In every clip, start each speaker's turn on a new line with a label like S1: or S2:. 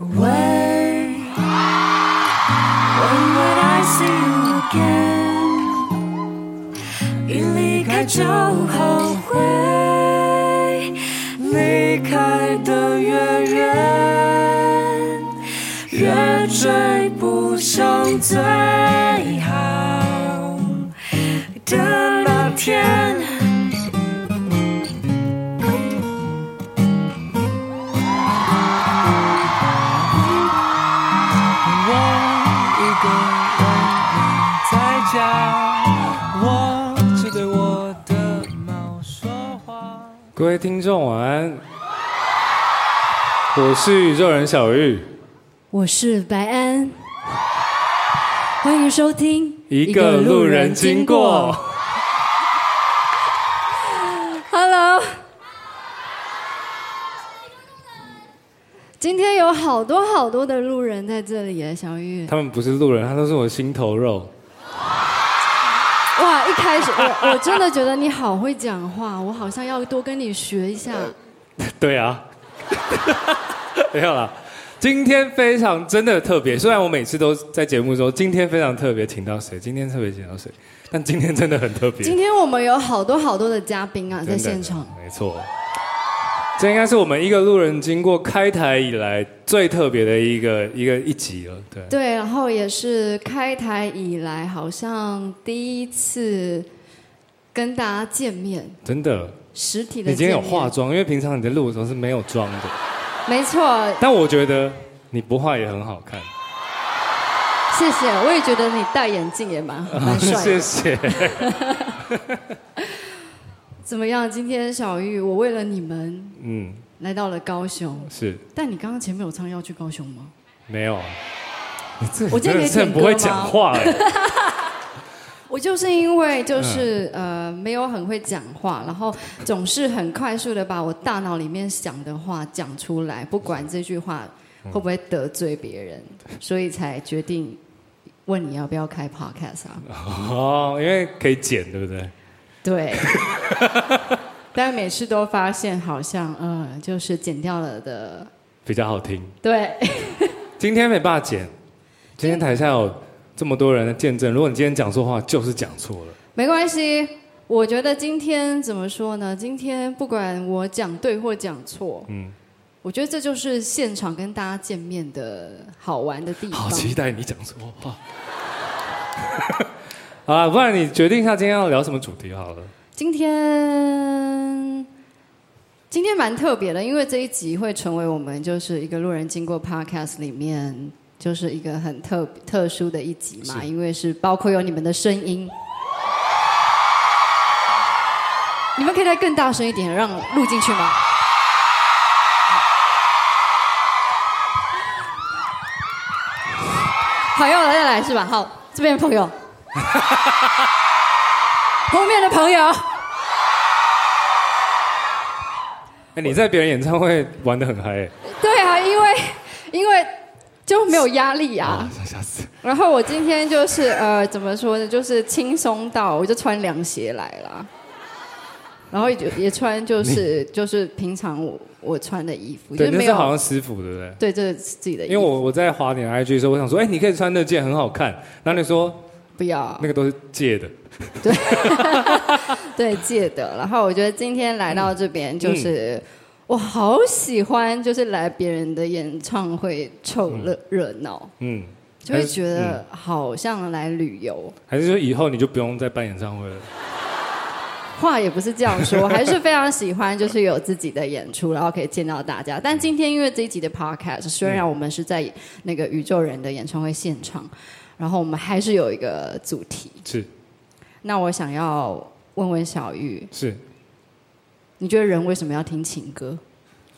S1: When, when would I see you again？一离开就后悔，离开的越远，越追不上最好的那天。
S2: 我一个人在家，我只对我的猫说话。
S3: 各位听众晚安，我是宇宙人小玉，
S1: 我是白安，欢迎收听
S3: 一个路人经过。。
S1: Hello，今天有好多好多的路人在这里耶，小玉。
S3: 他们不是路人，他都是我心头肉。
S1: 哇，一开 始我我真的觉得你好会讲话，我好像要多跟你学一下。
S3: 对啊， 没有啦。今天非常真的特别，虽然我每次都在节目说今天非常特别，请到谁，今天特别请到谁，但今天真的很特别。
S1: 今天我们有好多好多的嘉宾啊，
S3: 真
S1: 在
S3: 的
S1: 现场。，
S3: 没错。这应该是我们一个路人经过开台以来最特别的一个一个一集了，对。啊
S1: 对，然后也是开台以来，好像第一次跟大家见面，
S3: 真的，
S1: 实体的
S3: 你今
S1: 见
S3: 天
S1: 面。
S3: 有化妆，因为平常你在录的时候是没有妆的。
S1: 没错，
S3: 但我觉得你不化也很好看，
S1: 谢谢。我也觉得你戴眼镜也蛮 蛮帅
S3: 谢
S1: 的。
S3: 谢。
S1: 怎么样？今天小玉，我为了你们
S3: 嗯，
S1: 来到了高雄，
S3: 是
S1: 但你刚刚前面有唱要去高雄吗？
S3: 没有啊。你这
S1: 我今
S3: 真的
S1: 天可以
S3: 是很
S1: 点歌
S3: 不会讲话哎。
S1: 我就是因为就是、
S3: 嗯
S1: 呃没有很会讲话，然后总是很快速的把我大脑里面想的话讲出来，不管这句话会不会得罪别人，所以才决定问你要不要开 podcast 啊？
S3: 哦，因为可以剪，对不对？
S1: 对。 但每次都发现好像呃，就是剪掉了的，
S3: 比较好听。
S1: 对，
S3: 今天没办法剪，今天台下有这么多人的见证，如果你今天讲错话，就是讲错了。
S1: 没关系。我觉得今天怎么说呢？今天不管我讲对或讲错，
S3: 嗯，
S1: 我觉得这就是现场跟大家见面的好玩的地
S3: 好
S1: 方。
S3: 期待你讲错话。 好啦，不然你决定一下今天要聊什么主题好了。
S1: 今天今天蛮特别的，因为这一集会成为我们就是一个路人经过 podcast 里面就是一个很特特殊的一集嘛，因为是包括有你们的声音。你们可以再更大声一点，让录进去吗？好，要来再来是吧？好，这边的朋友，后面的朋友。
S3: 哎，你在别人演唱会玩的很嗨哎。
S1: 对啊，因为因为就没有压力啊
S3: 啊。，下次。
S1: 然后我今天就是呃，怎么说呢，就是轻松到我就穿凉鞋来了，然后也就也穿就是就是平常我我穿的衣服，就
S3: 对，
S1: 是
S3: 那
S1: 没
S3: 是好像
S1: 有
S3: 师傅，对不对？
S1: 对，这是自己的衣
S3: 因为
S1: 服，
S3: 我我在滑你的 IG 的时候，我想说，哎、你可以穿那件很好看。然后你说
S1: 不要
S3: 那个都是借的，
S1: 对借的。然后我觉得今天来到这边就是。
S3: 嗯
S1: 我好喜欢，就是来别人的演唱会凑热热闹，
S3: 嗯，
S1: 就会觉得好像来旅游。
S3: 还是说以后你就不用再办演唱会了？
S1: 话也不是这样说，还是非常喜欢，就是有自己的演出，然后可以见到大家。但今天因为这一集的 podcast，虽然我们是在那个宇宙人的演唱会现场，然后我们还是有一个主题。
S3: 是
S1: 那我想要问问小玉，
S3: 是，
S1: 你觉得人为什么要听情歌？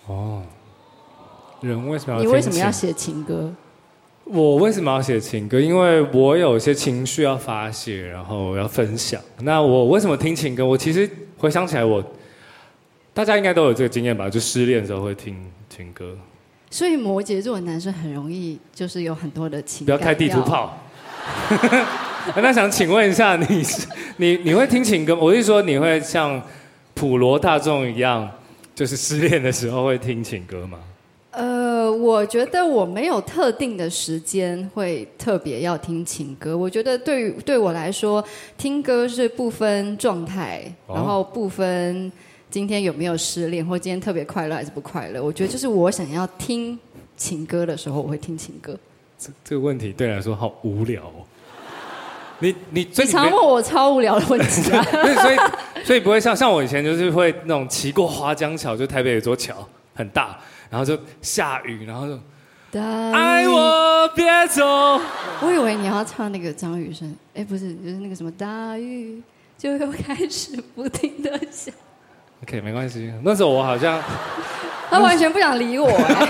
S3: 哦，人为什么要？
S1: 你为什么要？写情歌？
S3: 我为什么要写情歌？因为我有一些情绪要发泄，然后要分享。那我为什么听情歌？我其实回想起来我，大家应该都有这个经验吧？就失恋的时候会听情歌，
S1: 所以摩羯座的男生很容易就是有很多的情
S3: 不要
S1: 感。
S3: 开地图。炮。 那想请问一下，你是你你会听情歌吗？我是说，你会像普罗大众一样，就是失恋的时候会听情歌吗？
S1: 呃，我觉得我没有特定的时间会特别要听情歌。我觉得对于对我来说，听歌是不分状态，
S3: 哦
S1: 然后不分今天有没有失恋，或今天特别快乐还是不快乐。我觉得就是我想要听情歌的时候，我会听情歌。
S3: 这这个问题对你来说好无聊哦。你你最！
S1: 你常问我超无聊的问题啊
S3: 所以所以所以不会像像我以前就是会那种骑过花江桥，就台北有座桥很大，然后就下雨，然后就
S1: 当
S3: 爱我别走。
S1: 我以为你要唱那个张雨生，哎，不是，就是那个什么大雨就又开始不停的下，
S3: OK，没关系。那时候我好像
S1: 他完全不想理我、哎，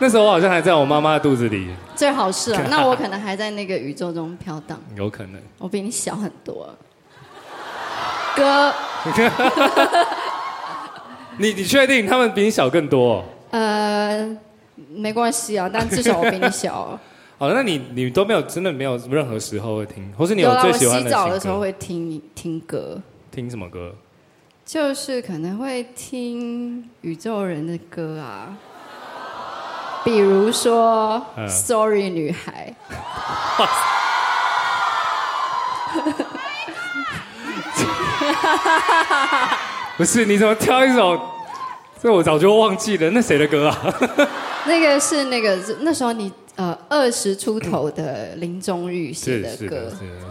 S3: 那时候我好像还在我妈妈的肚子里，
S1: 最好是啊，那我可能还在那个宇宙中飘荡，
S3: 有可能。
S1: 我比你小很多、哥，
S3: 你你确定他们比你小更多、哦？
S1: 呃，没关系啊，但至少我比你小。
S3: 好，哦那你你都没有真的没有任何时候会听，或 是你
S1: 啦，
S3: 最
S1: 啊我
S3: 喜欢
S1: 洗
S3: 的
S1: 澡
S3: 情
S1: 的时候
S3: 歌
S1: 会听听歌，
S3: 听什么歌？
S1: 就是可能会听宇宙人的歌啊，比如说
S3: 嗯
S1: 《Sorry 女孩》。
S3: 不是，你怎么挑一首？这我早就忘记了，那谁的歌啊？
S1: 那个是那个是那时候你呃二十出头的林宗玉写的歌，
S3: 的是的。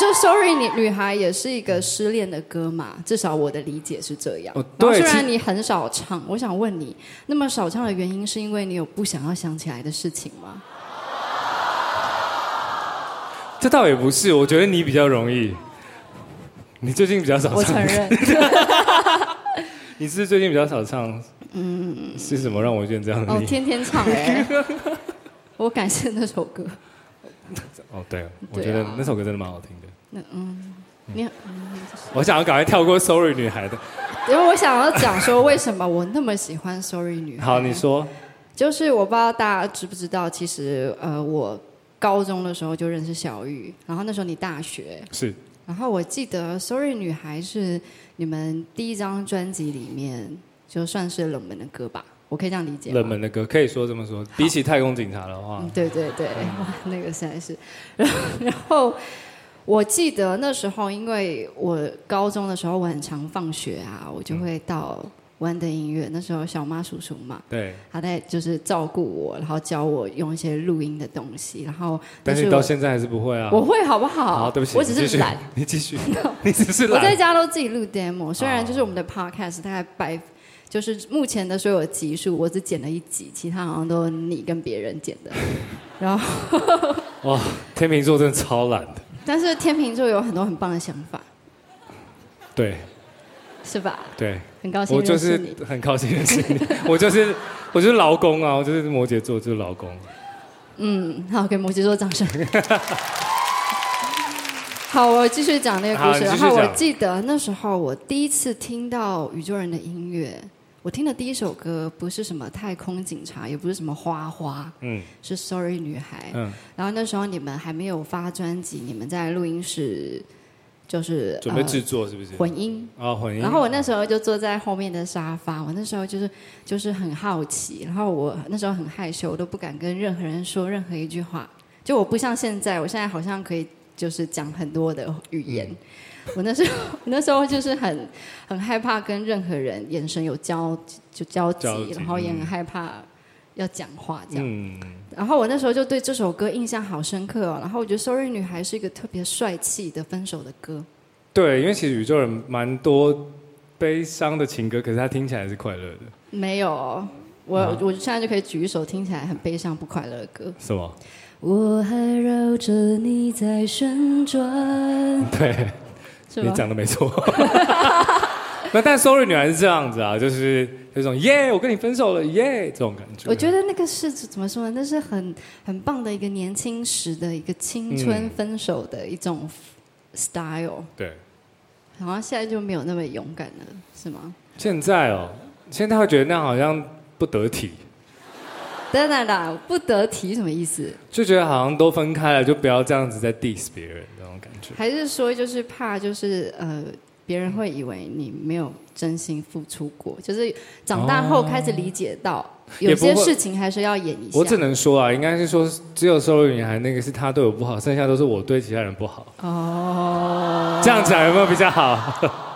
S1: 就 Sorry 你女孩也是一个失恋的歌嘛，至少我的理解是这样。
S3: 哦
S1: 然后
S3: 对
S1: 虽
S3: 其
S1: 然你很少唱，我想问你，那么少唱的原因是因为你有不想要想起来的事情吗？
S3: 这倒也不是，我觉得你比较容易。你最近比较少哦唱，
S1: 我承认，
S3: 你是不是最近比较少唱，嗯，是什么让我变这样的
S1: 哦，
S3: 你？
S1: 天天唱哎、 我感谢那首歌。
S3: 哦，对，我
S1: 对
S3: 觉得
S1: 啊
S3: 那首歌真的蛮好听的。
S1: 那嗯，你嗯
S3: 我想要赶快跳过《Sorry 女孩》的。
S1: 因为我想要讲说，为什么我那么喜欢 Sorry 女孩？
S3: 好，你 说，
S1: 就是我不知道大家知不知道，其实呃，我高中的时候就认识小玉，然后那时候你大学，
S3: 是
S1: 然后我记得《Sorry 女孩》是你们第一张专辑里面就算是冷门的歌吧，我可以这样理解吗
S3: 冷。门的歌，可以说这么说。比起《太空警察》的话
S1: 嗯，，对对对，哇，
S3: 嗯
S1: 那个实在是，然后然后我记得那时候，因为我高中的时候我很常放学啊，我就会到弯的音乐，那时候小妈叔叔嘛，
S3: 对，
S1: 他在就是照顾我，然后教我用一些录音的东西，然后
S3: 但是
S1: 那
S3: 你
S1: 我
S3: 到现在还是不会啊。
S1: 我会好不好？
S3: 好，对不起，
S1: 我只
S3: 你继
S1: 是
S3: 续
S1: 懒，，
S3: 你继 续，你只是
S1: 我在
S3: 懒。
S1: 家都自己录 demo。虽
S3: 哦
S1: 然就是我们的 podcast 大概百，就是目前的所有集数，我只剪了一集，其他好像都你跟别人剪 的。然后，
S3: 哇，哦天秤座真的超懒的，
S1: 但是天秤座有很多很棒的想法，
S3: 对
S1: 是吧？
S3: 对。
S1: 很高兴
S3: 我就
S1: 认识
S3: 是
S1: 你。
S3: 很高兴认识你， 我就是我就是劳工啊，我就是摩羯座，就是劳工。
S1: 嗯，好，给摩羯座 掌声。好，我继续讲那个故
S3: 好你
S1: 事。
S3: 继续
S1: 然后我
S3: 讲
S1: 记得那时候我第一次听到宇宙人的音乐，我听的第一首歌不是什么太空警察，也不是什么花花，
S3: 嗯
S1: 是 Sorry 女孩。
S3: 嗯，
S1: 然后那时候你们还没有发专辑，你们在录音室就是
S3: 准备制作是不是
S1: 呃、？混音。
S3: 啊，混音。
S1: 然后我那时候就坐在后面的沙发，我那时候就是就是很好奇，然后我那时候很害羞，我都不敢跟任何人说任何一句话。就我不像现在，我现在好像可以就是讲很多的语言。
S3: 嗯
S1: 我那时候我那时候就是很很害怕跟任何人眼神有交就交集，
S3: 交集
S1: 然后也
S3: 嗯
S1: 很害怕要讲话这样。
S3: 嗯，
S1: 然后我那时候就对这首歌印象好深刻哦。然后我觉得《Sorry 女孩》是一个特别帅气的分手的歌，
S3: 对，因为其实宇宙人蛮多悲伤的情歌，可是它听起来是快乐的，
S1: 没有哦、我、
S3: 啊
S1: 我现在就可以举一首听起来很悲伤不快乐的歌。
S3: 是吗？
S1: 我还绕着你在旋转，
S3: 对，
S1: 是
S3: 你
S1: 吧？
S3: 讲的没错。 那但 sorry 女孩是这样子啊，就是有一种耶，我跟你分手了耶这种感觉。
S1: 我觉得那个是怎么说呢？那是很很棒的一个年轻时的一个青春分手的一种 style，、
S3: 对，
S1: 好像现在就没有那么勇敢了，是吗？
S3: 现在哦，现在会觉得那样好像不得体，
S1: 等等等，不得体什么意思？
S3: 就觉得好像都分开了，就不要这样子在 diss 别人那种感觉。
S1: 还是说就是怕就是呃别人会以为你没有真心付出过。就是长大后开始理解到，有
S3: 也不会
S1: 些事情还是要演一下。
S3: 我只能说啊，应该是说只有收入女孩那个是她对我不好，剩下都是我对其他人不好。
S1: 哦，
S3: 这样讲有没有比较好？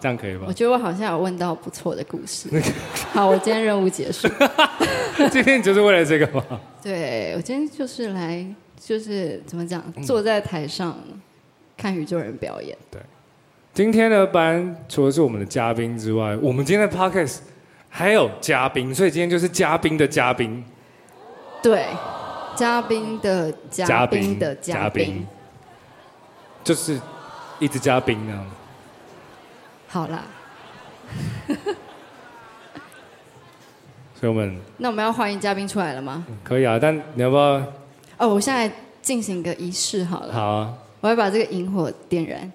S3: 这样可以吧
S1: 我？觉得我好像有问到不错的故 事。好，我今天任务结 束。
S3: 今天你就是为了这个吗？
S1: 对我今天就是来，就是怎么讲，坐在台上看宇宙人表演。
S3: 今天的班除了是我们的嘉宾之外，我们今天的 podcast 还有嘉宾，所以今天就是嘉宾的嘉宾，
S1: 对，嘉宾的嘉宾的嘉宾。，
S3: 就是一直嘉宾那样。
S1: 好啦，
S3: 所以我们
S1: 那我们要欢迎嘉宾出来了吗？
S3: 可以啊，但你要不要？
S1: 哦，我现在进行一个仪式好了，
S3: 好啊，
S1: 我要把这个萤火点燃。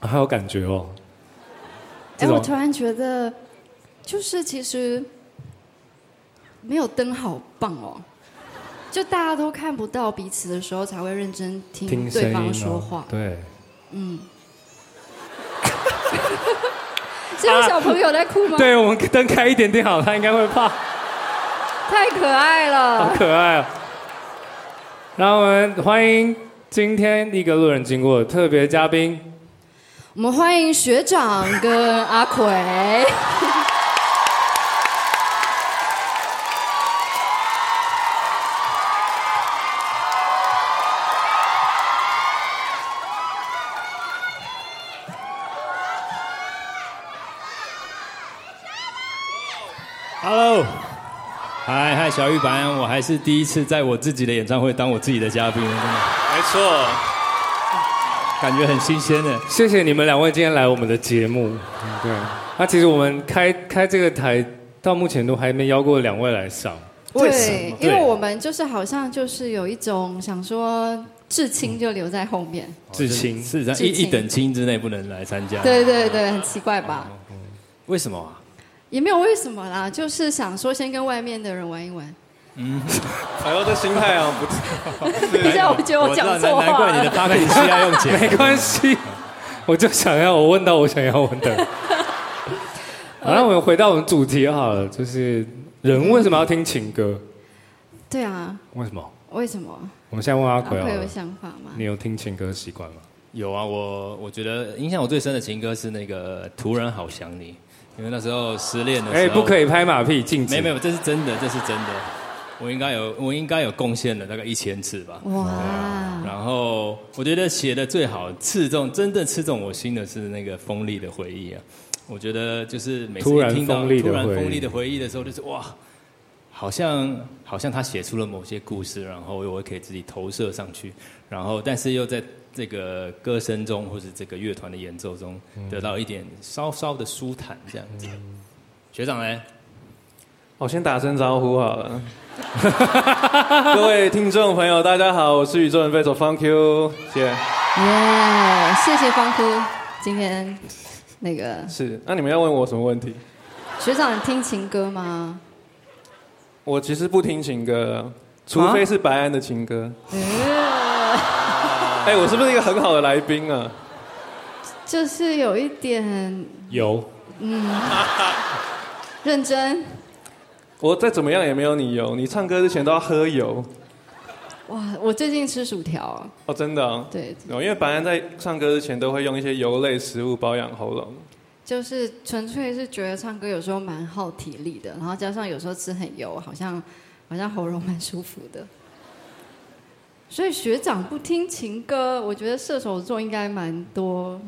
S3: 还有感觉哦。这
S1: 哎，
S3: 种
S1: 我突然觉得，就是其实没有灯好棒哦，就大家都看不到彼此的时候，才会认真听
S3: 听声
S1: 对
S3: 音、哦、
S1: 方说话。
S3: 对，
S1: 这有小朋友在哭吗？
S3: 啊对我们灯开一点点好，他应该会怕，
S1: 太可爱
S3: 好
S1: 了。
S3: 可爱哦。让我们欢迎今天一个路人经过的特别嘉宾，
S1: 我们欢迎学长跟阿 奎。
S4: Hello，嗨嗨，小玉白，我还是第一次在我自己的演唱会当我自己的嘉宾，真的
S3: 没错。
S4: 感觉很新鲜呢。
S3: 谢谢你们两位今天来我们的节目。嗯对，那、其实我们开开这个台到目前都还没邀过两位来上。
S4: 为什么
S1: 对，因为我们就是好像就是有一种想说至亲就留在后面，
S3: 至亲
S4: 是这样，
S1: 至
S4: 一
S1: 亲
S4: 一等亲之内不能来参加。，
S1: 对对对，很奇怪吧？
S4: 为什么啊？
S1: 也没有为什么啦，就是想说先跟外面的人玩一玩。
S3: 哎呦，这心态啊，
S1: 等一下，我觉得我
S4: 知道
S1: 讲错啊
S4: 难难
S1: 话
S4: 怪你的
S1: 了。
S4: 搭配是要 用剪。
S3: 没关系，我就想要我问到我想要问 的。好，那我们回到我们主题好了，就是人为什么要听情歌？
S1: 对啊，
S3: 为什么？
S1: 为什么？
S3: 我们现在问阿奎好
S1: 会有
S3: 了，
S1: 想法吗？
S3: 你有听情歌习惯吗？
S4: 有啊，我我觉得影响我最深的情歌是那个《突然好想你》，因为那时候失恋的时候。
S3: 哎，不可以拍马屁，禁止。
S4: 没有没有，这是真的，这是真的。我应该有，我应该有贡献了大概一千次吧。
S1: 哇，
S4: 然后我觉得写的最好刺中，真正刺中我心的是那个锋利的回忆啊！我觉得就是每次
S3: 突然
S4: 一听到
S3: 锋利的
S4: 突然
S3: 回忆
S4: 锋利的回忆的时候，就是哇，好像好像他写出了某些故事，然后我可以自己投射上去，然后但是又在这个歌声中或是这个乐团的演奏中
S3: 嗯
S4: 得到一点稍稍的舒坦，这样子。学长嘞，
S5: 我先打声招呼好了。 各位听众朋友，大家好，我是宇宙人飞手方 Q，谢谢。
S1: 耶！谢谢方姑，今天那个
S5: 是，那你们要问我什么问题？
S1: 学长，你听情歌 吗？
S5: 我其实不听情歌，除
S1: 啊
S5: 非是白安的情歌。
S1: 呃
S5: 哎、我是不是一个很好的来宾啊？
S1: 就是有一点
S3: 有，
S1: 认真。
S5: 我再怎么样也没有你油，你唱歌之前都要喝油
S1: 哇，我最近吃薯条，
S5: 哦，真的、哦。
S1: 对，
S5: 哦，因为白安在唱歌之前都会用一些油类食物保养喉咙。
S1: 就是纯粹是觉得唱歌有时候蛮耗体力的，然后加上有时候吃很油，好像好像喉咙蛮舒服的。所以学长不听情歌，我觉得射手座应该蛮多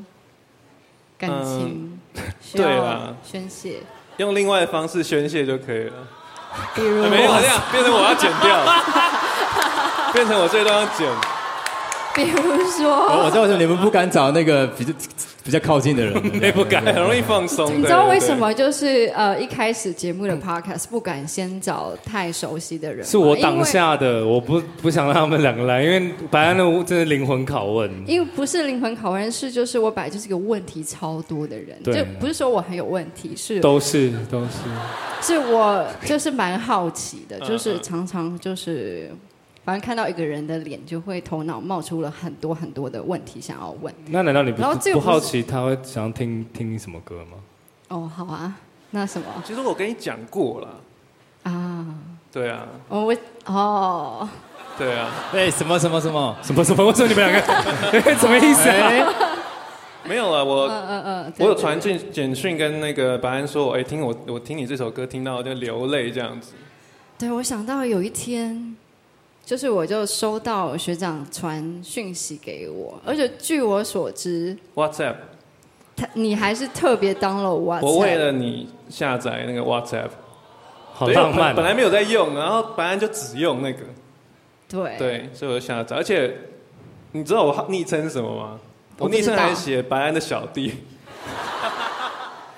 S1: 感情需
S5: 对
S1: 要
S5: 啦
S1: 宣泄，
S5: 用另外的方式宣泄就可以了。
S1: 比如
S5: 哎没
S3: 啊
S5: 有这样，变成我要剪掉，变成我这段要剪。
S1: 比如
S4: 哦我我
S1: 说
S4: 知道为什么你们不敢找那个比较比较靠近的人了，
S3: 内不敢
S5: 对，很容易放松。
S1: 你知道
S5: 对
S1: 为什？么？就是呃，一开始节目的 podcast 不敢先找太熟悉的人嘛，
S3: 是我
S1: 因
S3: 挡
S1: 为。
S3: 下的，我不不想让他们两个来，因为白安的真的灵魂拷问。
S1: 因为不是灵魂拷问，是就是我本来就是个问题超多的人，
S3: 对
S1: 就不是说我很有问题，是
S3: 都是都是，
S1: 是我就是蛮好奇的，就是常常就是，反正看到一个人的脸，就会头脑冒出了很多很多的问题想要问。
S3: 那难道你不
S1: 然后这个
S3: 不
S1: 不是
S3: 好奇他会想要听听什么歌吗？
S1: 哦，好啊，那什么
S5: 其实我跟你讲过了，
S1: 啊？
S5: 对啊，
S1: 哦，我哦，
S5: 对啊，
S4: 对，哎什么什么什么，
S3: 什么什么？为什么你们两个？ 哎什么意思啊？
S5: 没有啊，我
S1: 嗯嗯嗯，
S5: 我
S1: 对
S5: 有传进简讯跟那个白安说，哎、听我我听你这首歌听到就流泪这样子。
S1: 对，我想到有一天，就是我就收到学长传讯息给我，而且据我所知，
S5: WhatsApp，
S1: 他你还是特别 download WhatsApp。
S5: 我为了你下载那个 WhatsApp，
S3: 好
S5: 对
S3: 浪漫
S5: 本
S3: 啊。
S5: 来没有在用，然后白安就只用那个，
S1: 对
S5: 对，所以我就下载。而且你知道我昵称是什么吗？
S1: 我
S5: 我
S1: 不知道
S5: 昵称还写白安的小 弟。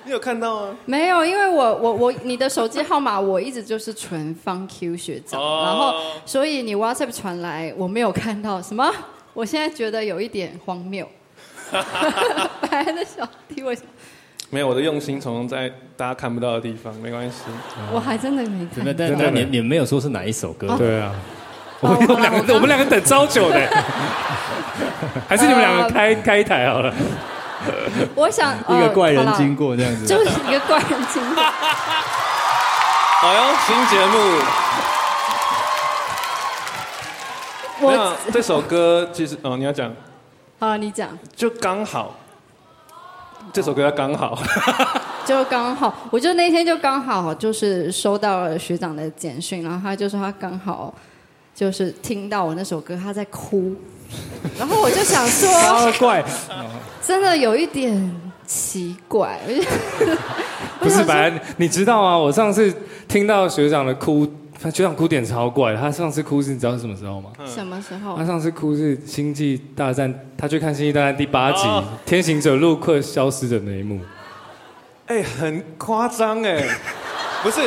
S5: 你有看到吗？
S1: 没有，因为我我我你的手机号码我一直就是纯 Fun Q 学长，
S5: 哦
S1: 然后所以你 WhatsApp 传来我没有看到什么，我现在觉得有一点荒谬。白的小弟，我
S5: 没有，我的用心从在大家看不到的地方，没关系。
S1: 我还真的没看
S4: 怎么？。但
S3: 真的
S4: 但
S3: 没
S4: 你你没有说是哪一首
S1: 哦
S4: 歌，
S3: 对啊，我
S1: 好
S3: 们
S1: 哦好
S3: 两个我们两个等超久 的，还是你们两个开开一台好了。
S1: 我想
S4: 一个怪人经
S1: 过，
S4: 过这样子，
S1: 就是一个怪人经过。
S5: 好哟，新节目。没有
S1: 我
S5: 啊这首歌其实，哦，你要讲。
S1: 啊，你讲，
S5: 就刚好，这首歌叫刚好，
S1: 就刚好，我就那天就刚好就是收到了学长的简讯，然后他就说他刚好就是听到我那首歌，他在哭，然后我就想说，
S3: 怪，
S1: 真的有一点奇怪，我就
S3: 不是白安，你知道吗？啊我上次听到学长的哭，学长哭点超怪的。他上次哭是你知道是什么时候吗？
S1: 我想说什么时候
S3: 他？上次哭是《星际大战》，他去看《星际大战》第八集，
S5: 哦
S3: 天行者陆克消失的那一幕。
S5: 哎、很夸张哎，不是，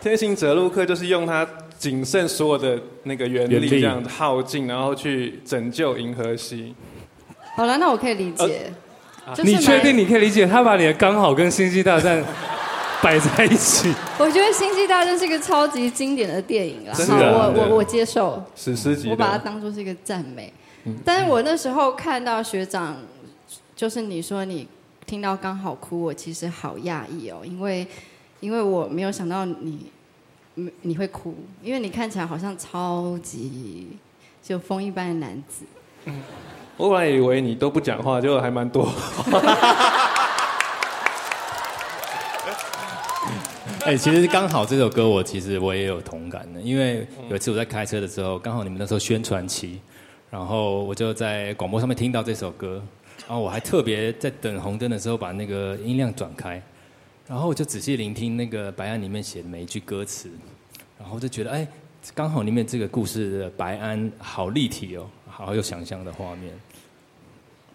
S5: 天行者陆克就是用他仅剩所有的那个原
S3: 原
S5: 力
S3: 力
S5: 这样子耗尽，然后去拯救银河系。
S1: 好了，那我可以理解。就是
S3: 啊你确
S1: 蛮
S3: 定？你可以理解他把你的刚好跟《星际大 战》摆在一起？
S1: 我觉得《星际大战》是一个超级经典的电影啦，
S5: 真
S1: 好，
S5: 的
S1: 我
S5: 真的
S1: 我我接受。
S5: 史诗级
S1: 我把它
S5: 的，
S1: 当做是一个赞美。但是我那时候看到学长，就是你说你听到刚好哭，我其实好讶异哦，因为因为我没有想到你嗯你会哭，因为你看起来好像超级就风一般的男子。
S5: 我本来以为你都不讲话，结果还蛮多。
S4: 哎、其实刚好这首歌我其实我也有同感的，因为有一次我在开车的时候，刚好你们那时候宣传期，然后我就在广播上面听到这首歌，然后我还特别在等红灯的时候把那个音量转开，然后我就仔细聆听那个白安里面写的每一句歌词，然后就觉得哎，刚好里面这个故事的白安好立体哦，好有想象的画面。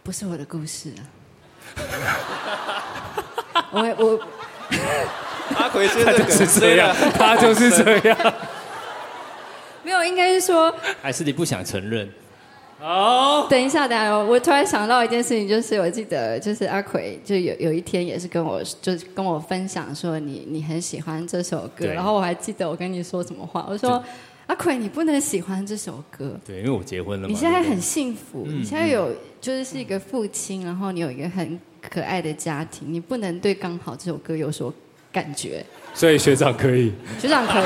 S1: 不是我的故事啊。 我我
S5: 阿奎是
S3: 他
S5: 这
S3: 就
S5: 个
S3: 是这样，
S1: 啊
S3: 他就是这样。
S1: 没有，应该是说，
S4: 还哎是你不想承认？
S3: 哦，
S1: 等一下，等一下，我突然想到一件事情，就是我记得，就是阿奎，就有有一天也是跟我，就是跟我分享说你你很喜欢这首歌，
S4: 对
S1: 然后我还记得我跟你说什么话，我说阿奎，你不能喜欢这首歌，
S4: 对，因为我结婚了嘛。
S1: 你现在
S4: 对不对嗯
S1: 很幸福，你现在有就是是一个父亲，然后你有一个很可爱的家庭，你不能对《刚好》这首歌有所感觉，
S3: 所以学长可以。
S1: 学长可以，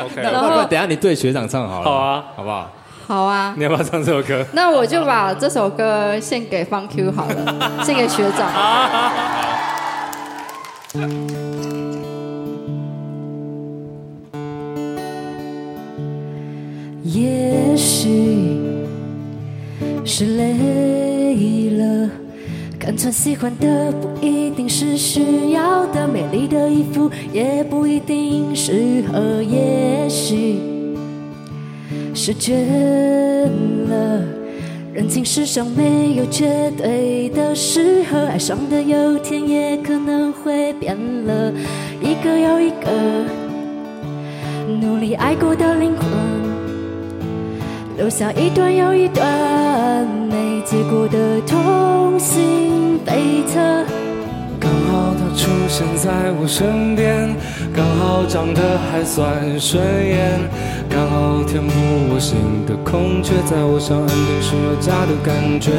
S5: OK，
S1: 然
S4: 那
S1: 后
S4: 不然等一下你对学长唱好了，
S3: 好啊，
S4: 好不好？
S1: 好啊，
S3: 你要不要唱这首歌？
S1: 那我就把这首歌献给方 Q 好 了，献给学长。
S6: 也许是累了，看穿喜欢的不一定是需要的，美丽的衣服也不一定适合。也许是倦了，人情世上没有绝对的适合，爱上的有天也可能会变了，一个又一个努力爱过的灵魂。留下一段又一段没结果的痛心悱恻。
S2: 刚好他出现在我身边，刚好长得还算顺眼，刚好填补我心的空缺，在我上岸定时有家的感觉。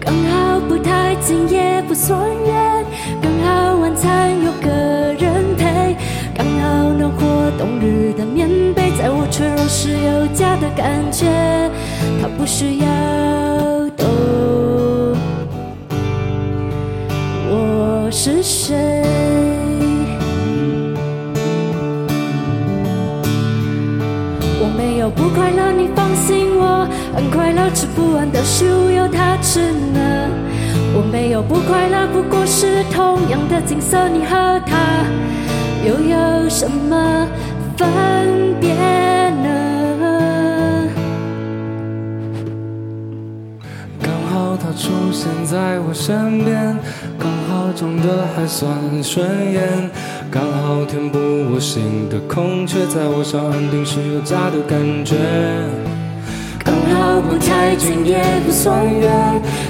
S6: 刚好不太近也不算远，刚好晚餐有个人陪，刚好暖和冬日的棉被，在我脆弱时有家的感觉，它不需要懂我是谁。我没有不快乐，你放心我，很快乐，吃不完的食物有他吃呢。我没有不快乐，不过是同样的景色，你和他又有什么分别呢？
S2: 刚好他出现在我身边，刚好长得还算顺眼，刚好填补我心的空缺，在我上岸定时有家的感觉。
S6: 刚好不太近也不算远，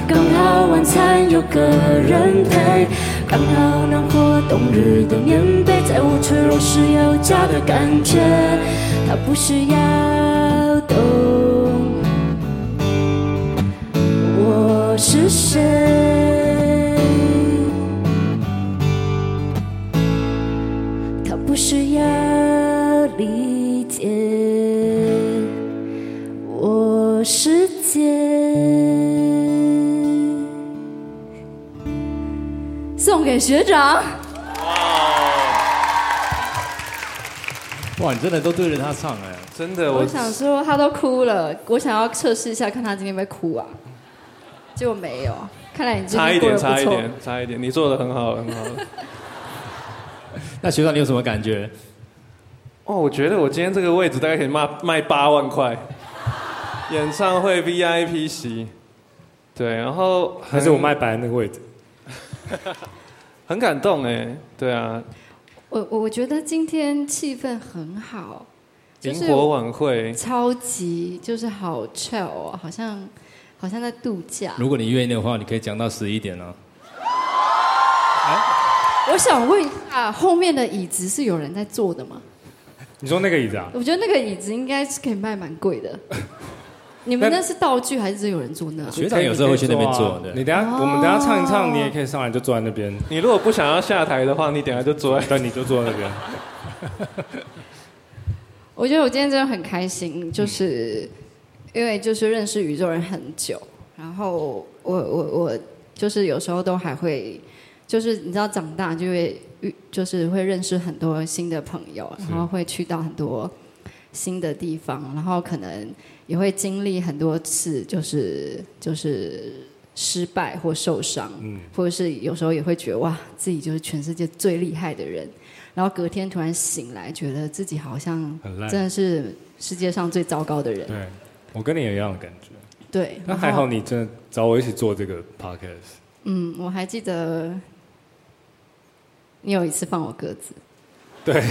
S6: 刚好晚餐有个人陪，刚好暖和冬日的棉被，在我脆弱时有家的感觉，它不需要懂我是谁。它不需要理解我世界。
S1: 送给学长。
S4: 哇，你真的都对着他唱哎，
S5: 真的，
S1: 我
S5: 我
S1: 想说他都哭了，我想要测试一下，看他今天会不会哭啊，结果没有，看来你最
S5: 差一
S1: 近过得
S5: 点，
S1: 不
S5: 差一
S1: 错。
S5: 点，差一点，你做的很好，很好。
S4: 那学长你有什么感觉？
S5: 哦，我觉得我今天这个位置大概可以卖卖八万块，演唱会 VIP 席。对，然后
S3: 还
S5: 很
S3: 是我卖白那个位置？
S5: 很感动哎，对啊，
S1: 我我我觉得今天气氛很好，就
S5: 萤
S1: 是
S5: 火晚会，
S1: 超级就是好 chill，哦好像好像在度假。
S4: 如果你愿意的话，你可以讲到十一点啊。
S1: 我想问一下，后面的椅子是有人在坐的吗？
S3: 你说那个椅子啊？
S1: 我觉得那个椅子应该是可以卖蛮贵的。你们那是道具还是真有人坐那？啊
S4: 学长有时候会去那边
S3: 可以
S4: 坐
S3: 啊
S4: 的
S3: 你等一下，我们等一下唱一唱，你也可以上来就坐在那边，
S5: 你如果不想要下台的话，你等下就坐在。
S3: 但你就坐在那边。
S1: 我觉得我今天真的很开心，就是、因为就是认识宇宙人很久，然后我我我就是有时候都还会，就是你知道长大就会遇，就是会认识很多新的朋友，然后会去到很多新的地方，然后可能也会经历很多次，就是就是。失败或受伤，
S3: 嗯
S1: 或者是有时候也会觉得哇，自己就是全世界最厉害的人，然后隔天突然醒来，觉得自己好像
S3: 很烂
S1: 真的是世界上最糟糕的人。
S3: 对，我跟你有一样的感觉。
S1: 对，
S3: 那
S1: 然
S3: 还
S1: 后
S3: 好，你真的找我一起做这个 podcast。
S1: 嗯，我还记得你有一次放我鸽子，
S3: 对，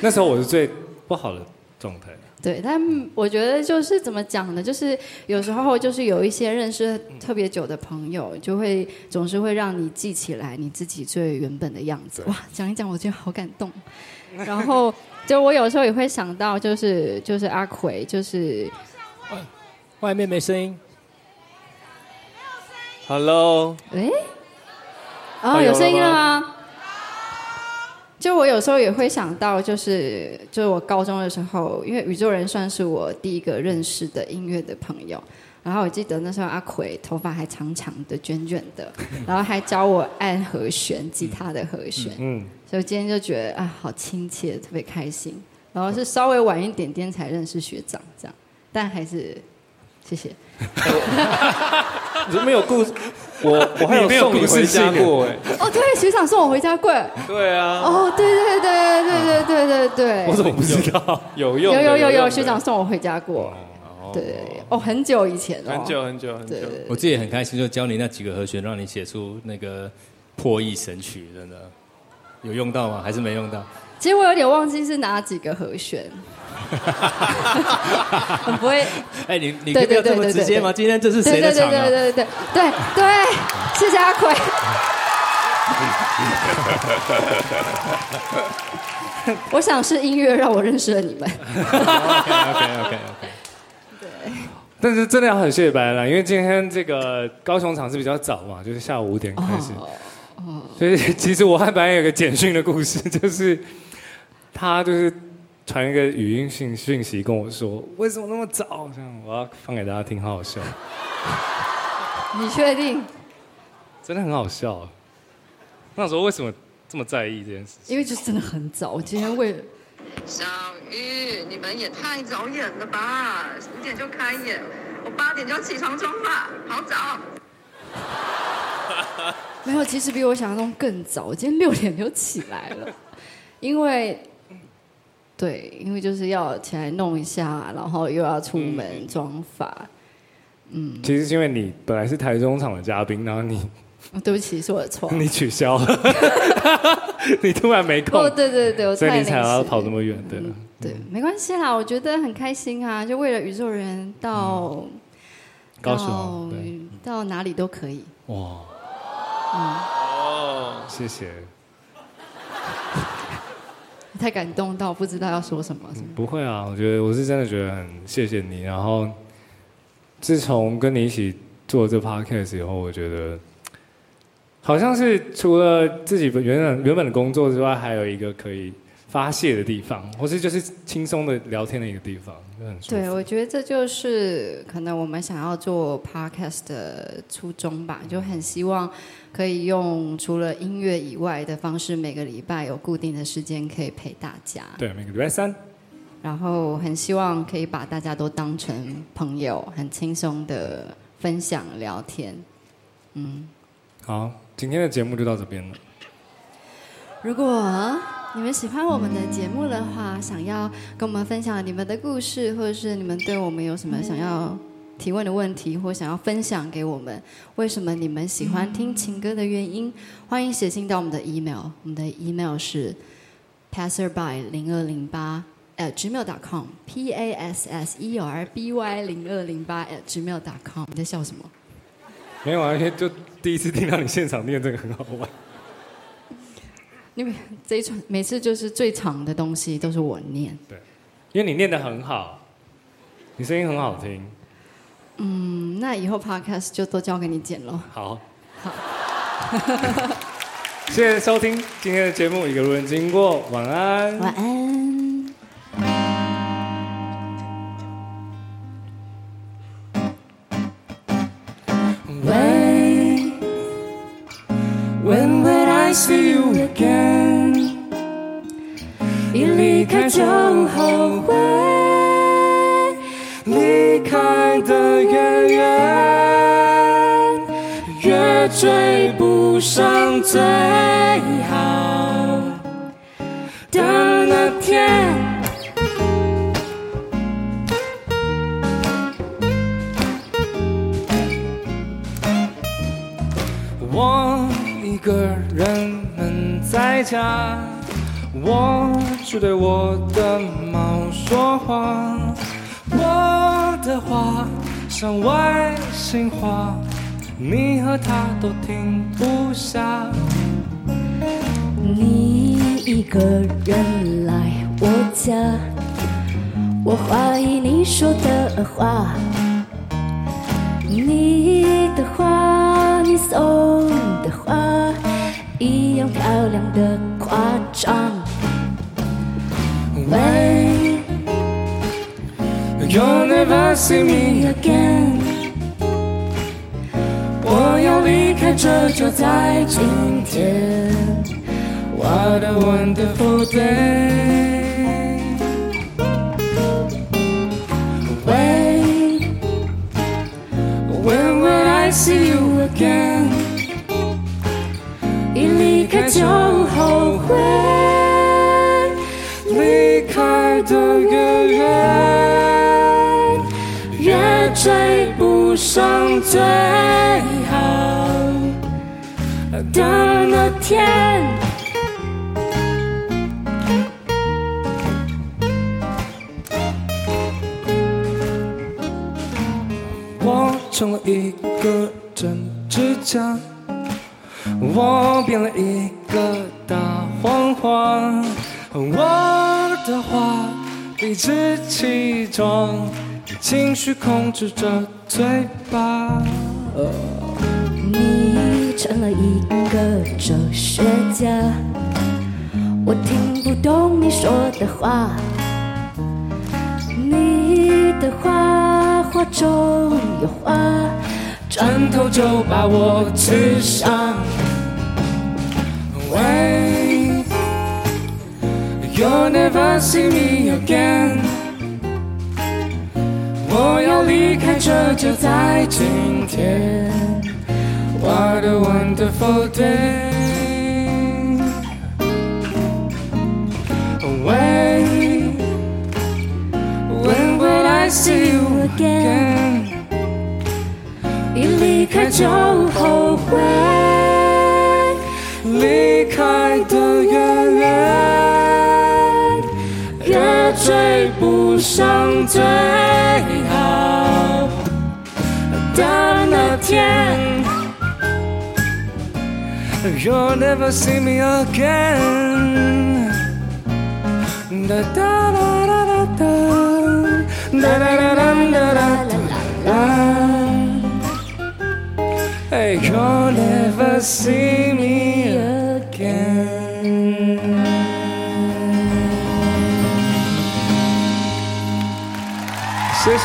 S3: 那时候我是最不好的状态。
S1: 对，但我觉得就是怎么讲呢？就是有时候就是有一些认识特别久的朋友，就会总是会让你记起来你自己最原本的样子。哇，讲一讲我觉得好感动。然后就我有时候也会想到，就是就是阿奎，就是
S4: 外面没声音，
S5: Hello，
S1: 哎，哦，
S5: 啊
S1: 有
S5: 有
S1: 声音
S5: 了
S1: 了
S5: 吗
S1: 吗？就我有时候也会想到，就是就是我高中的时候，因为宇宙人算是我第一个认识的音乐的朋友。然后我记得那时候阿奎头发还长长的、卷卷的，然后还教我按和弦，吉他的和弦。
S3: 嗯，
S1: 所以今天就觉得啊，好亲切，特别开心。然后是稍微晚一点点才认识学长，这样，但还是谢谢。
S5: 你没有故事，我我还有
S3: 没有
S5: 送你
S3: 故事
S5: 回家
S3: 性
S5: 过哎。
S1: 哦，对，学长送我回家过。
S5: 对啊，
S1: 哦，对对对对对对对对对，哦
S3: 我怎么不知道？
S5: 有
S1: 有
S5: 用的，
S1: 有有有，
S5: 用的哦
S1: 学长。送我回家过。对，哦，很久以前哦，
S5: 很久很久很久
S1: 对，。
S4: 我自己也很开心，就教你那几个和弦，让你写出那个破译神曲，真的有用到吗？还是没用到？
S1: 其实我有点忘记是哪几个和 弦，我不会，
S4: 哎，你你可
S1: 对
S4: 以不
S1: 对对
S4: 要这么
S1: 对
S4: 直接吗？
S1: 对对
S4: 今天这是
S1: 对
S4: 谁
S1: 对
S4: 的
S1: 对
S4: 场
S1: 对
S4: 啊？
S1: 对对对对对，谢谢阿 奎。我想是音乐让我认识了你们。哦
S4: OK OK OK。
S3: 但是真的要很谢谢白兰，因为今天这个高雄场是比较早嘛，就是下午五点开始。所以其实我和白兰有个简讯的故事，就是他就是传一个语音讯讯息跟我说，为什么那么早？这样我要放给大家听，好好笑，
S1: 你确定？
S3: 真的很好笑啊。那时候为什么这么在意这件事？
S1: 因为就真的很早，我今天为了
S7: 小玉，你们也太早演了吧？五点就开演，我八点就要起床装发，好早。
S1: 没有，其实比我想象中更早，我今天六点就起来了， 因为对，因为就是要起来弄一下，然后又要出门妆发。
S3: 其实是因为你本来是台中场的嘉宾，然后你。
S1: 哦对不起，是我的错
S3: 你取消了，你突然没空
S1: 哦，，对对对，我
S3: 所以
S1: 太嗯
S3: 你
S1: 临时
S3: 才要跑那么远，对了。
S1: 对，没关系啦，我觉得很开心啊，就为了宇宙人到、
S3: 嗯高雄对
S1: 到到哪里都可以。
S3: 哇，嗯，谢谢，
S1: 太感动到不知道要说什么，是吗
S3: 不会啊，我觉得我是真的觉得很谢谢你。然后，自从跟你一起做这 podcast 以后，我觉得好像是除了自己原本原本的工作之外，还有一个可以发泄的地方，或是就是轻松的聊天的一个地方，就很舒服。
S1: 对，我觉得这就是可能我们想要做 podcast 的初衷吧，就很希望可以用除了音乐以外的方式，每个礼拜有固定的时间可以陪大家。
S3: 对，每个礼拜三。
S1: 然后很希望可以把大家都当成朋友，很轻松的分享聊天。
S3: 好，今天的节目就到这边了。
S1: 如果啊你们喜欢我们的节目的话，想要跟我们分享你们的故事，或者是你们对我们有什么想要提问的问题，或想要分享给我们，为什么你们喜欢听情歌的原因，欢迎写信到我们的 email，我们的 email 是 passerby 零二零八 at gmail.com，p a s s e r b y 零二零八 at gmail.com。你在笑什么？
S3: 没有啊，因为就第一次听到你现场念这个很好玩。
S1: 因为这一串每次就是最长的东西都是我念。
S3: 因为你念得很好，你声音很好听。
S1: 嗯，那以后 podcast 就都交给你剪喽。
S3: 好， 谢谢收听今天的节目《一个路人经过》，晚安。
S1: 晚安。
S2: When, when would I see you again？一离开就后悔，离开的越远，越追不上最好的那天。我一个人闷在家，我只对我的猫说话，我的话像外星话，你和它都停不下。
S6: 你一个人来我家，我怀疑你说的话，你的话，你送的话，一样漂亮的夸张。喂。
S2: You'll never see me
S6: again。我要离开这就在今天。
S2: What a wonderful day. When, when will I see you again?
S6: 一离开就后悔，
S2: 离开的越远，追不上最好的那天。
S3: 我成了一个针指甲，我变了一个大黄花，我的话理直气壮，情绪控制着嘴巴。
S1: 你成了一个哲学家，我听不懂你说的话。你的话话中有话，
S3: 砖头就把我刺伤。Wait, you'll never see me again。我要离开这就在今天。What a wonderful day。Wait, when will I see you again？
S1: 一离开就后悔。
S3: 离开的越远，越追不上最好的那天。You'll never see me again. Da da da da da da da da da da da da da. Hey, you'll never see me again. 谢谢，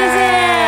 S3: 谢。